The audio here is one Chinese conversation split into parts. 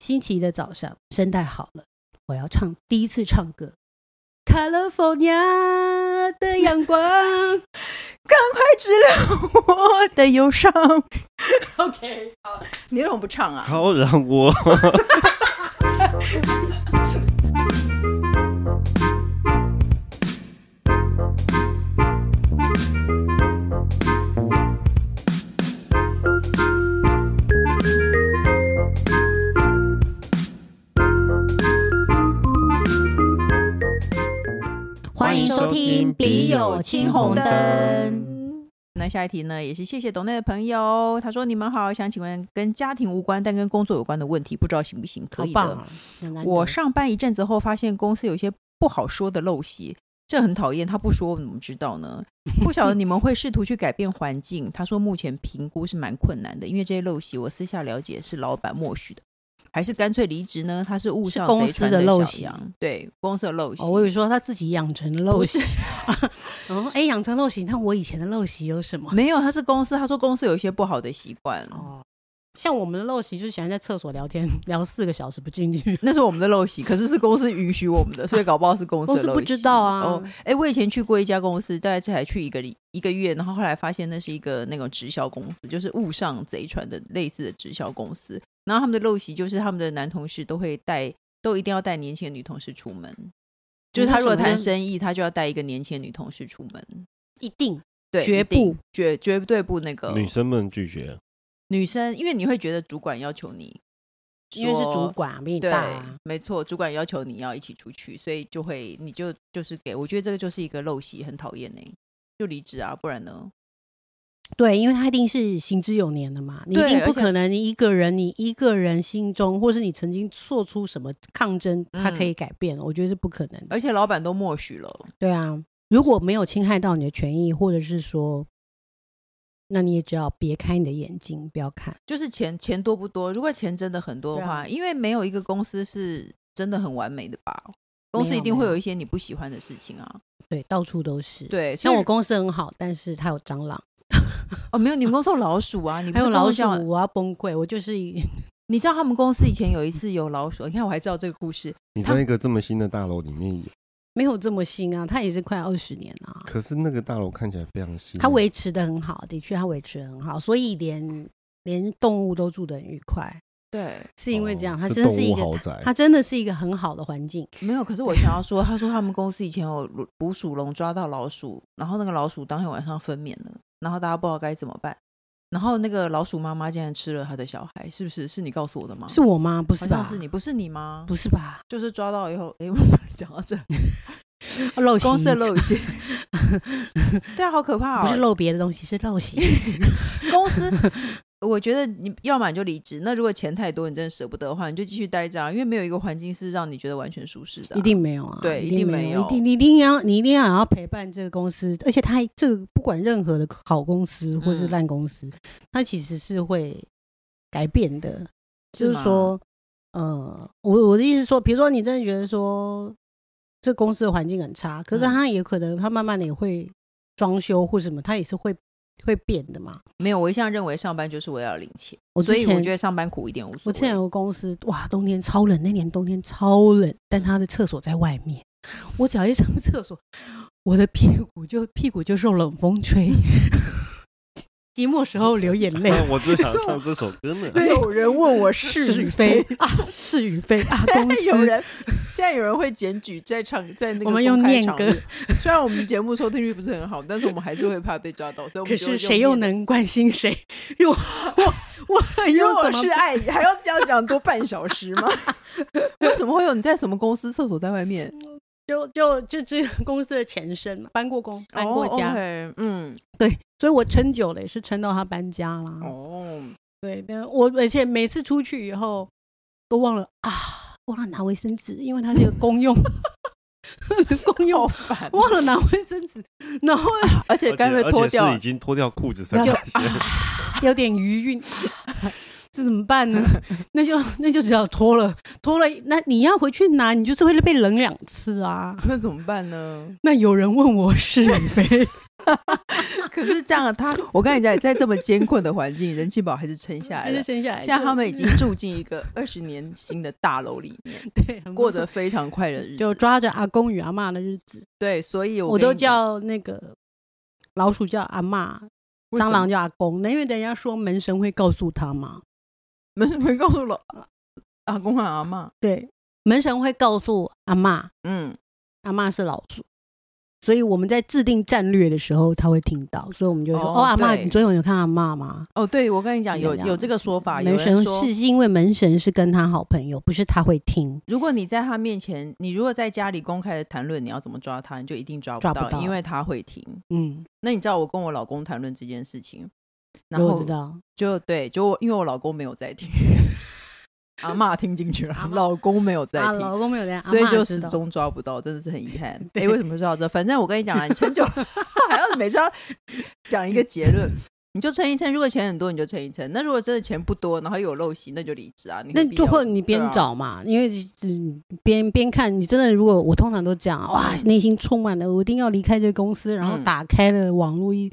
星期一的早上，声带好了，我要唱第一次唱歌。California 的阳光，赶快治疗我的忧伤。 OK，好，你为什么不唱啊？好让 我欢迎收听《笔友青红灯》。那下一题呢，也是谢谢董内的朋友，他说：“你们好，想请问跟家庭无关但跟工作有关的问题，不知道行不行？可好以的。棒啊！很难得我上班一阵子后，发现公司有些不好说的陋习，这很讨厌。他不说，我怎么知道 呢？不晓得你们会试图去改变环境。他说目前评估是蛮困难的，因为这些陋习我私下了解是老板默许的，还是干脆离职呢？他是误是上公贼司船的陋小习羊，对公司的陋习。哦，我以为说他自己养成陋不习。 然后哎，养成陋习，那我以前的陋习有什么？没有，他是公司，他说公司有一些不好的习惯，哦，像我们的陋习就是喜欢在厕所聊天，聊四个小时不进去。那是我们的陋习，可是是公司允许我们的，所以搞不好是公司公的司陋不习知道啊哦，哎，我以前去过一家公司，啊大概才去一个礼一个月，然后后来发现那是一个那种直销公司，就是误上贼船的类似的直销公司。然后他们的陋习就是他们的男同事都会带，都一定要带年轻的女同事出门。就是他如果谈生意，他就要带一个年轻的女同事出门，一定对，绝一定不绝绝对不那个女生不能拒绝，女生，因为你会觉得主管要求你，因为是主。管啊比你对大啊，没错，主管要求你要一起出去，所以就会你就就是给，我觉得这个就是一个陋习，很讨厌呢、就离职啊，不然呢？对，因为他一定是行之有年的嘛，你一对定不而且可能你一个人，你一个人心中，或是你曾经做出什么抗争，他可以改变，我觉得是不可能的。嗯而且老板都默许了，对啊，如果没有侵害到你的权益，或者是说，那你也只要别开你的眼睛，不要看。就是钱钱多不多？如果钱真的很多啊的话，因为没有一个公司是真的很完美的吧？公没司有一定会没有有一些你不喜欢的事情啊。对，到处都是。，对，像像我公司很好，但是它有蟑螂，哦，没有你们公司有老鼠啊，你不还是有跟老我鼠讲，我要崩溃。我就是一 你知道他们公司以前有一次有老鼠，你看我还知道这个故事，你他在一个这么新的大楼里面，没有这么新啊，它也是快二十年啊，可是那个大楼看起来非常新，它维持的很好，的确它维持的很好，所以连连动物都住得很愉快，对，是因为这样，哦它是真的动是一物个，豪宅它真的是一个很好的环境。没有，可是我想要说，他说他们公司以前有捕捕鼠笼抓到老鼠，然后那个老鼠当天晚上分娩了，然后大家不知道该怎么办，然后那个老鼠妈妈竟然吃了他的小孩，是不是？是你告诉我的吗？是我吗？不好是吧？像是你，不是你吗？不是吧？就是抓到以后， 哎，我们讲到这， 陋习，公司的 陋习，对啊，好可怕不是哦！漏别的东西，是陋习。公司，我觉得你要么你就离职，那如果钱太多，你真的舍不得的话，你就继续待着啊，因为没有一个环境是让你觉得完全舒适的 啊、一定没有啊，对一一定没没一有定你一定要你一定要要陪伴这个公司，而且它这个不管任何的好公司或是嗯烂公司，它其实是会改变的，就是是吗说，呃，我我的意思是说，比如说你真的觉得说这公司的环境很差，可是嗯它也可能它慢慢的也会装修或什么，它也是会会变的嘛。没有，我一向认为上班就是为了领钱，我所之以我前觉得上班苦一点无所我之前 谓。有个公司，哇，冬天超冷，那年冬天超冷，但他的厕所在外面。我只要一上 厕所，我的屁股就屁股就受冷风吹， 寂寞时候流眼哦泪。我只想唱这首 歌呢。有人问我是与非，啊，是与非 啊！公司有人现在有人会检举在场在那个我们用公开念场歌合，虽然我们节目收听率不是很好，但是我们还是会怕被抓到，所以我们可就是会谁又念？能关心谁？ 我我我 又如果怎么哎是爱，还要这样讲多半小时吗？ 为什么会有你在什么公司厕所在外面就就就这个公司的前身嘛，搬过工，搬过哦家， ，OK，嗯，对，所以我撑久了也是撑到他搬家啦。哦，对，但我而且每次出去以后都忘了啊，忘了拿卫生纸，因为它是一个公用 公好用，烦，忘了拿卫生纸，然后 而且干脆脱掉而且是已，经脱掉裤子才就发现，有点余韵， 这怎么办 呢？那就那就只好脱了，脱了，那你要回去拿，你就是会被冷两次啊。那怎么办呢？ 那有人问我是与非，可是这样，啊他我跟你讲，在这么艰困的环境，人气宝还是撑下来还了 是。生下来就，嗯现在他们已经住进一个二十年新的大楼里面， 对很不过错着非常快乐的日子。就抓着阿公与阿嬷的日子，对，所以我我都跟你讲叫那个老鼠叫阿嬷，为什蟑么螂叫阿公，那因为人家说门神会告诉他嘛，门门告诉了阿公和阿妈，对，门神会告诉阿嬷，嗯，阿嬷是老鼠。所以我们在制定战略的时候，他会听到，所以我们就会说：“哦哦，阿嬷，对你昨天有看阿嬷吗哦，对，我跟你讲，是有这样有这个说？”法，有门神人说，是是因为门神是跟他好朋友，不是他会听。如果你在他面前，你如果在家里公开的谈论你要怎么抓他，你就一定抓不抓到，不到因为他会听。嗯，那你知道我跟我老公谈论这件事情，然我后知道，就对，就我因为我老公没有 在听，阿妈听进去阿了，嬷老公没有在啊，听，老公没有这样，所以阿嬷就知始道终抓不到，真的是很遗 憾。哎、对为什么说到这？反正我跟你讲啊，你撑久 了，还要每次要讲一个结论，你就撑一撑。如果钱很多，你就撑一撑；那如果真的钱不多，然后又有陋习，那就离职啊。你那何你必最要后你边、对啊找嘛，因为嗯边边看，你真的如果我通常都这样，哇，内心充满了我一定要离开这个公司，然后嗯打开了网络一，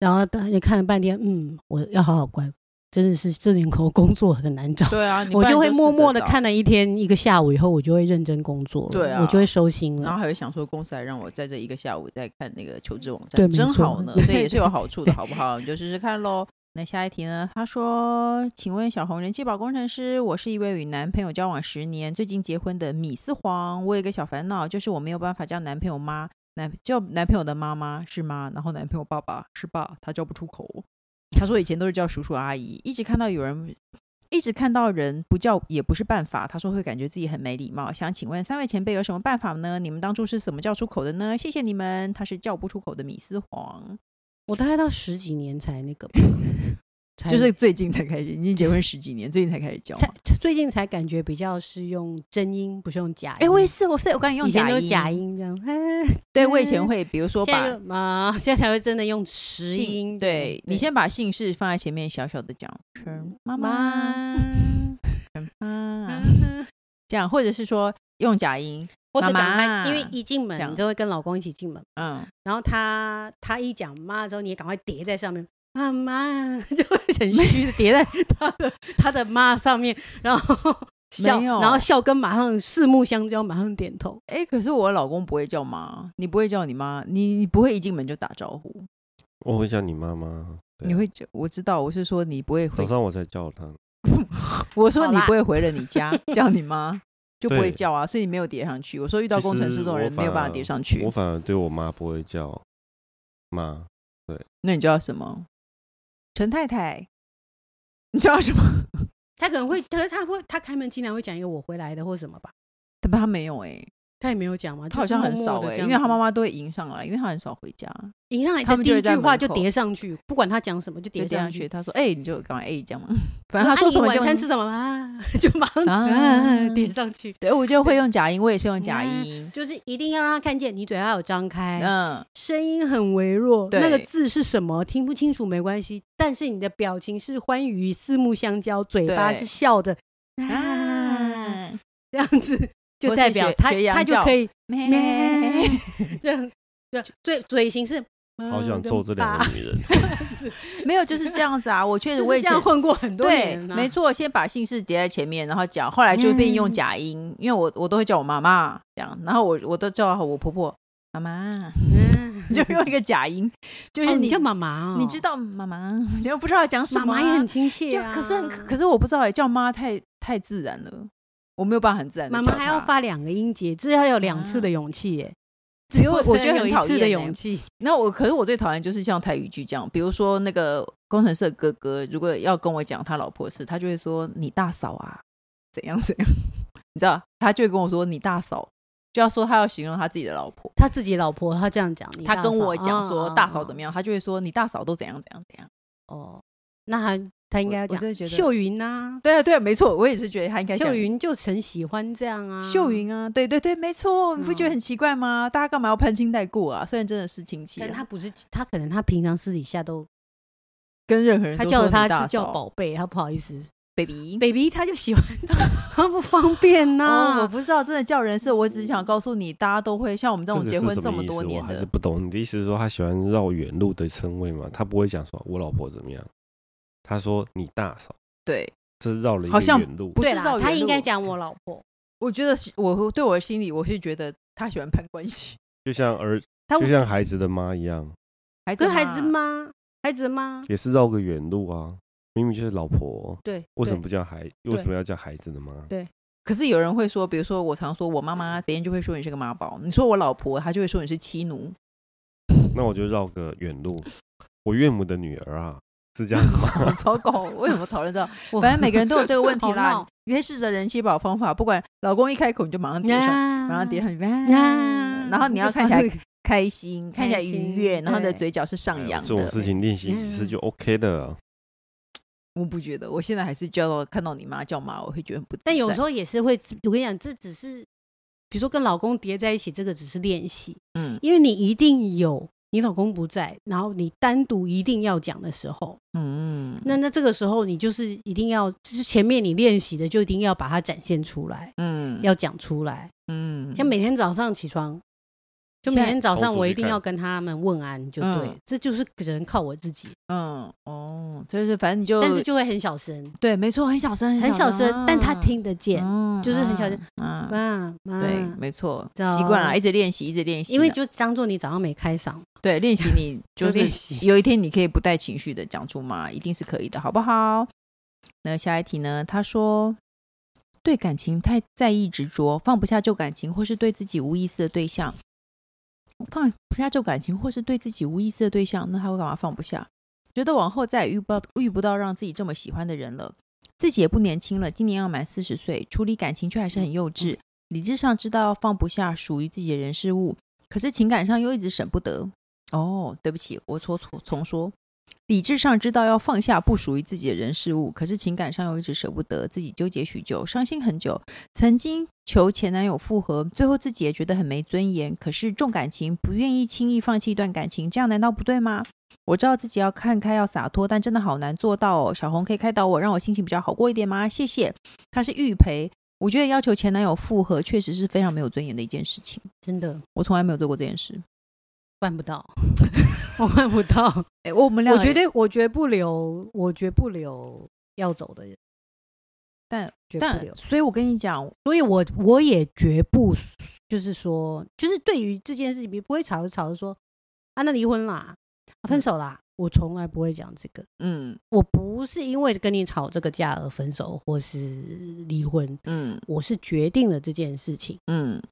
然后大家看了半天，嗯，我要好好关，真的是这年头 工作很难找，对啊，你我不然就会默默的试着找，看了一天一个下午以后，我就会认真工作了，对啊我就会收心然了。后还会想说，公司还让我在这一个下午在看那个求职网对站，没真错好呢，这也是有好处的，好不好？你就试试看喽。那下一题呢？他说：“请问小红人气宝工程师，我是一位与男朋友交往十年，最近结婚的米四黄。我有一个小烦恼，就是我没有办法叫男朋友妈，男叫男朋友的妈妈是妈，然后男朋友爸爸是爸，他叫不出口。 他说以前都是叫叔叔阿姨，一直看到有人。”一直看到人不叫也不是办法，他说会感觉自己很没礼貌。想请问三位前辈有什么办法呢？你们当初是怎么叫出口的呢？谢谢你们，他是叫不出口的米丝黄，我大概到十几年才那个 吧，才就是最近才开始，已经结婚十几年，最近才开始叫嘛。才最近才感觉比较是用真音，不是用假音。哎，我也是，我是我刚才用以前都音，假音 这样，对我以前会，比如说现把在就啊，现在才会真的用实音。姓，对你先把姓氏放在前面，小小的讲，陈妈妈嗯妈，陈妈，这样，或者是说用假音，或者妈赶妈快，因为一进这样门就会跟老公一起进门，嗯，然后他他一讲妈的时候，你也赶快叠在上面。妈妈 就会很虚的叠在他的他的妈上面，然后笑， 没有然后笑跟马上四目相交，马上点头。哎、可是我老公不会叫妈，你不会叫你妈，你你不会一进门就打招呼， 我会叫你妈妈，对你啊会叫我知道，我是说你不会早回，上我才叫她，我说好你啦不会回了你 家叫你妈就不会对叫啊，所以你没有叠上去。我说遇到其工程师实这种我人没有反办法而叠上去我，反而对我妈不会叫妈，那你叫什么？陈太太，你叫什么？ 他可能会，可是他会，他开门进来会讲一个我回来的或什么吧，他他没有哎、他也没有讲嘛，他好像很少哎、哎、因为他妈妈都会迎上来，因为他很少回家，迎上来他的们第就会一在句话门就口叠上去，不管他讲什么就就叠这样上去去。。他说哎、你就赶快哎这样嘛，然反正后他说什么晚就餐吃什么啊， 就马上啊啊点上去，对，我就会用假音，我也是用假嗯哎音，就是一定要让他看见你嘴巴有张开，嗯。声音很微弱，对那个字是什么听不清楚没关系，但是你的表情是欢愉、四目相交，嘴巴对是笑的啊， 啊，这样子或就是代表学他学羊他就叫可以咩， 这样，对，嘴嘴型是 好想揍这两嗯爸个女人。没有就是这样子啊。我确实就我是以这前样混过很多对，年啊，没错，先把姓氏叠在前面，然后讲，后来就变用嗯假音，因为我我都会叫我妈妈这样，然后我我都叫我婆婆 妈妈，嗯，就用一个假音，就哦是你你叫妈妈哦，你知道妈妈，就不知道讲什妈么啊，妈也很亲切就啊，可是很可是我不知道哎，叫妈太太自然了，我没有办法很自然的妈叫妈还要她发两个音节，这要有两次啊的勇气耶。只有我可能觉得有很一讨次厌的欸勇气，那我可是我最讨厌就是像台语剧这样，比如说那个工程师的哥哥，如果要跟我讲他老婆的事，他就会说你大嫂啊，怎样怎样，你知道，他就会跟我说你大嫂，就要说他要形容他自己的老婆，他自己老婆他这样讲，你他大跟嫂我讲说啊大嫂怎么样？样，他就会说你大嫂都怎样怎样怎样。哦，那他他应该要我我真的讲觉得秀云呐，对啊对啊，没错，我也是觉得他应该秀讲。云就很喜欢这样啊，秀。云啊，对对对，没错，你不觉嗯得很奇怪吗？大家干嘛要攀亲带故啊？虽然真的是亲戚啊，但他不是他，可能他平常私底下都跟任何人他都叫说他你大是叫嫂宝贝，他不好意思 baby。 baby 他就喜欢 穿，不方便呐、哦，我不知道，真的叫人设。我只是想告诉你，大家都会像我们这种个结是婚什这么意多思年我还是的，不懂你的意思，是说他喜欢绕远路的称谓嘛？他不会讲说我老婆怎么样，他说你大嫂，对，这绕了一好个像远路。不对是啦绕他远应路该讲我老婆，我觉得是我对我的心里，我是觉得他喜欢攀关系，就像儿，他就像孩子的妈一样，孩子跟孩子嘛妈，孩子妈，也是绕个远路啊。明明就是老婆，哦对，为什对么不叫孩？为什么要叫孩子的妈？对可是有人会说，比如说我常说我妈妈，别人就会说你是个妈宝；你说我老婆，她就会说你是妻奴。 那我就绕个远路。我岳母的女儿啊，是这样子吗？好糟糕，为什么讨论到？我反正每个人都有这个问 题好啦闹。你可以试着人气宝方法，不管老公一开口，你就马上叠上，呀，马上叠上去，呀，然后你要看起就发来出开心，看起来愉悦，开心然后你的对哎嘴角是 上扬哎这种的。嗯事情练习几次就 OK 的。啊我不觉得，我现在还是叫到看到你妈叫妈，我会觉得很不自在。但有时候，候也是会，我跟你讲，这只是，比如说跟老公叠在一起，这个只是练习，嗯，因为你一定有你老公不在，然后你单独一定要讲的时候，嗯，那那这个时候你就是一定要，就是前面你练习的就一定要把它展现出来，嗯要讲出来。嗯，像每天早上起床，就每现在天早跑上出我去一定看要跟他们问安，就对嗯，这就是只能靠我自己，嗯哦，就是反正你就，但是就会很小声，对，没错，很小声，很小声，但他啊听得见，嗯就是很小的，嗯嗯妈妈。对，没错，走习惯了，一直练习，一直练习啦，因为就当做你早上没开嗓，对练习 你就就是练习 有一天你可以不带情绪的讲出嘛，一定是可以的，好不好？那下一题呢？他说。对感情太在意执着，放不下旧感情，或是对自己无意思的对象，放不下旧感情，或是对自己无意思的对象，那他会干嘛放不下？觉得往后再也遇不到遇不到让自己这么喜欢的人了，自己也不年轻了，今年要满四十岁，处理感情却还是很幼嗯稚，理智上知道要放不下属于自己的人事物，可是情感上又一直舍不得。哦，对不起，我错错重说。理智上知道要放下不属于自己的人事物，可是情感上又一直舍不得，自己纠结许久，伤心很久。曾经求前男友复合，最后自己也觉得很没尊严。可是重感情，不愿意轻易放弃一段感情，这样难道不对吗？我知道自己要看开，要洒脱，但真的好难做到哦。小红可以开导我，让我心情比较好过一点吗？谢谢。他是玉培，我觉得要求前男友复合确实是非常没有尊严的一件事情，真的我从来没有做过这件事。办不 到，我办不到。哎，我们我绝对，我绝不留，我绝不留要走的人，但绝不但留。所以，我跟你讲，所以我我也绝不就是说，就是对于这件事情，不会吵着吵着说啊，那离婚啦，啊分手啦，我从来不会讲这个。嗯我不是因为跟你吵这个架而分手或是离婚，嗯我是决定了这件事情。嗯，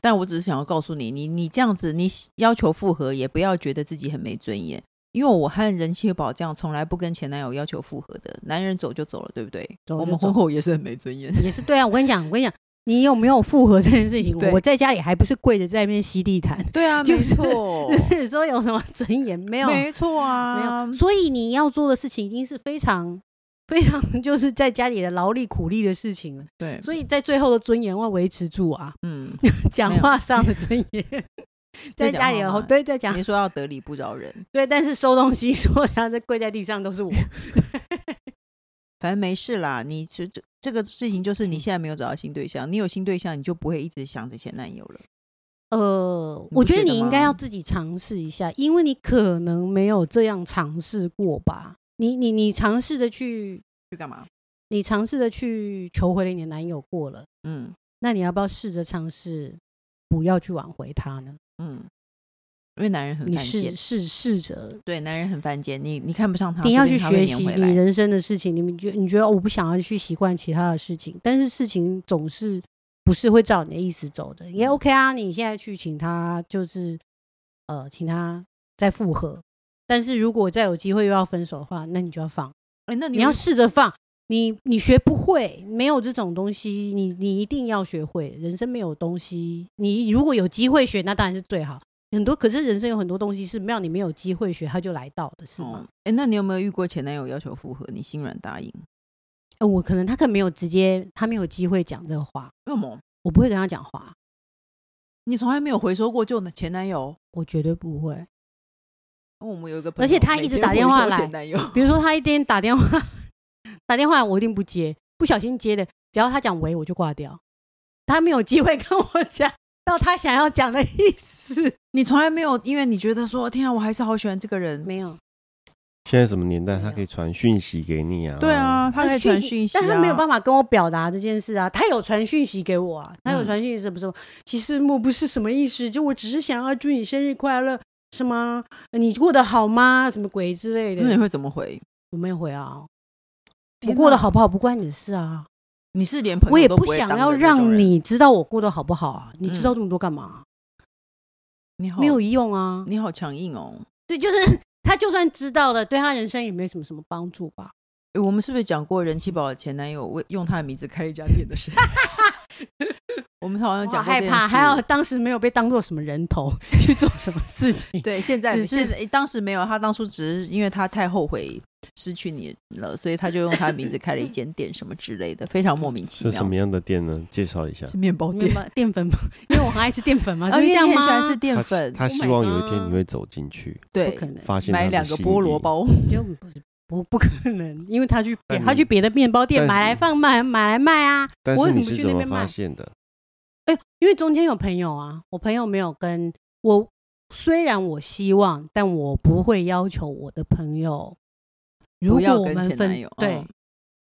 但我只是想要告诉你，你你这样子，你要求复合，也不要觉得自己很没尊严，因为我和任谢宝这样，从来不跟前男友要求复合的，男人走就走了，对不对？走我就们走婚后也是很没尊严。也是对啊，我跟你讲，我跟你讲，你有没有复合这件事情对，我在家里还不是跪着在那边吸地毯，对 啊，就没是 错，说有什么尊严没有？没错啊，没有，所以你要做的事情已经是非常、非常就是在家里的劳力苦力的事情了，对，所以在最后的尊严要维持住啊，嗯， 讲没有话上的尊严， 在讲家话里吗后对，在讲你说要得理不饶人，对，但是收东西说然后在跪在地上都是我，反正没事啦，你就这这个事情就是嗯你现在没有找到新对象，你有新对象，你就不会一直想着前男友了。呃，你我不觉得觉得你应该吗要自己尝试一下，因为你可能没有这样尝试过吧。你你你尝试的去，去干嘛？你尝试的去求回了你的男友过了，嗯那你要不要试着尝试不要去挽回他呢？嗯，因为男人很你犯试贱，试试着，对，男人很犯贱，你你看不上他，你说要啊不定去他会学黏习回你来。人生的事情。你们觉你觉得哦我不想要去习惯其他的事情，但是事情总是不是会照你的意思走的，也嗯 OK 啊。你现在去请他，就是呃，请他再复合。但是如果再有机会又要分手的话，那你就要放，哎、那你你要有试着放。你你学不会，没有这种东西，你你一定要学会。人生没有东西，你如果有机会学，那当然是最好。很多可是人生有很多东西是没有你没有机会学，它就来到的，是吗？哦哎、那你有没有遇过前男友要求复合，你心软答应？呃，我可能他可能没有直接，他没有机会讲这个话，为什么？我不会跟他讲话，你从来没有回收过旧的前男友？我绝对不会。我们有一个朋友，而且他每一直天打回电话收来前男友， 比如说他一天打电话 打电话我一定不接，不小心接的，只要他讲喂，我就挂掉，他没有机会 跟我讲到他想要讲的意思。你从来没有，因为你觉得说，天啊，我还是好喜欢这个人。没有，现在什么年代，没他有可以传讯息给你啊。对啊，，他可以传讯息、啊，但他没有办法跟我表达这件事啊。他有传讯息给我啊，他有嗯传讯息什么什么，其实我不是什么意思，就我只是想要祝你生日快乐，什么呃你过得好吗，什么鬼之类的那，你会怎么回？我没有回啊。我天过得哪好不好不关你的事啊，你是连朋我也友都不会想当要的那种让人，你知道我过得好不好啊，你知嗯道这么多干嘛？你好没有用啊。你好强硬哦。对，就是 他就算知道了，对他人生也没什么什么帮助吧。诶我们是不是讲过人气宝的前男友为用他的名字开了一家店的 事？我们好我好像嗯讲过害这件怕，事还 好当时没有被当做什么人头去做什么事情。对，现在只是现在诶当时没有，他当初只是因为他太后悔失去你了，所以他就用他的名字开了一间店什么之类的，非常莫名其是妙。什么样的店啊呢？介绍一下是。面包你店有没有淀粉吗， 因为我很爱吃淀粉嘛，啊，是这因为样你很吗？喜欢吃淀他粉，他希，Oh my 望有一天 God 你会走进去，不对可，能，发现买它的两个吸菠引萝力。包，就不是不不可能，因为他去别但他你去别的面包店但买是来放卖买来卖啊。但我为是什你么不是去怎那么边卖发现的？哎，因为中间有朋友啊，我朋友没有跟我，虽然我希望，但我不会要求我的朋友，如不要果我跟们前分男友对。嗯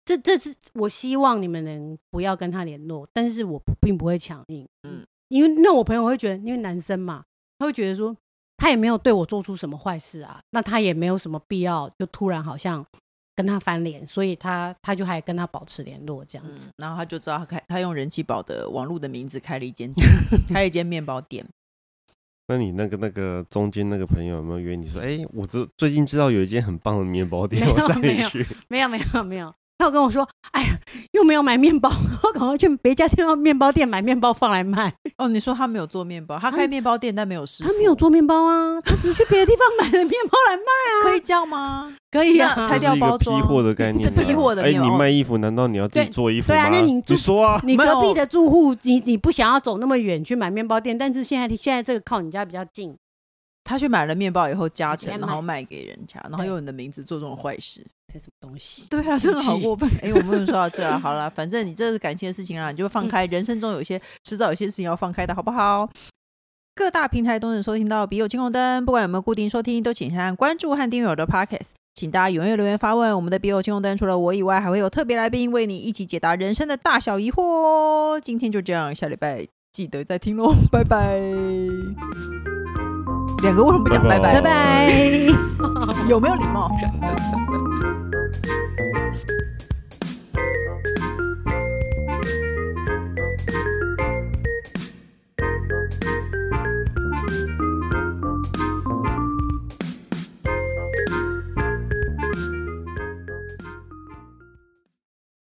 这这是我希望你们能不要跟他联络，但是我不并不会强硬，嗯嗯，因为那我朋友会觉得，因为男生嘛，他会觉得说他也没有对我做出什么坏事啊，那他也没有什么必要就突然好像跟他翻脸，所以他他就还跟他保持联络这样嗯子，然后他就知道他开，他用人气宝的网络的名字开了一间 店，开了一间面包店。那你那个那个中间那个朋友有没有约你说？哎、我知最近知道有一间很棒的面包店，没有我带没你有去。没有没有没有，他有跟我说，哎呀，又没有买面包， 我赶快去别家店面包店买面包放来卖。哦，你说他没有做面包，他他开面包店但没有师他没有傅，做面包啊，他只是去别的地方买了面包来卖， 可以这样吗？可以啊那，这拆是掉一个包批装货的概念是啊、批货的哎、面你包卖衣服难道你要自己对做衣服对吗？啊那你就说啊， 你没隔有壁的住户，你你不想要走那么远去买面包店，但是现在现在这个靠你家比较近，他去买了面包以后加直接成，然后卖卖给人家，然后对用你的名字做这种坏事。这什么东西？对啊，真的好气过分。哎、我们有说到这啊，好了，反正你这是感情的事情啊，你就放开。人生中有些迟早有些事情要放开的，好不好？各大平台都能收听到《笔友青红灯》，不管有没有固定收听，都请先按关注和订阅我的 Podcast。请大家踊跃留言发问。我们的《笔友青红灯》除了我以外，还会有特别来宾为你一起解答人生的大小疑惑哦。今天就这样，下礼拜记得再听喽，拜拜。两个为什么不讲拜拜拜拜？拜。有没有礼貌？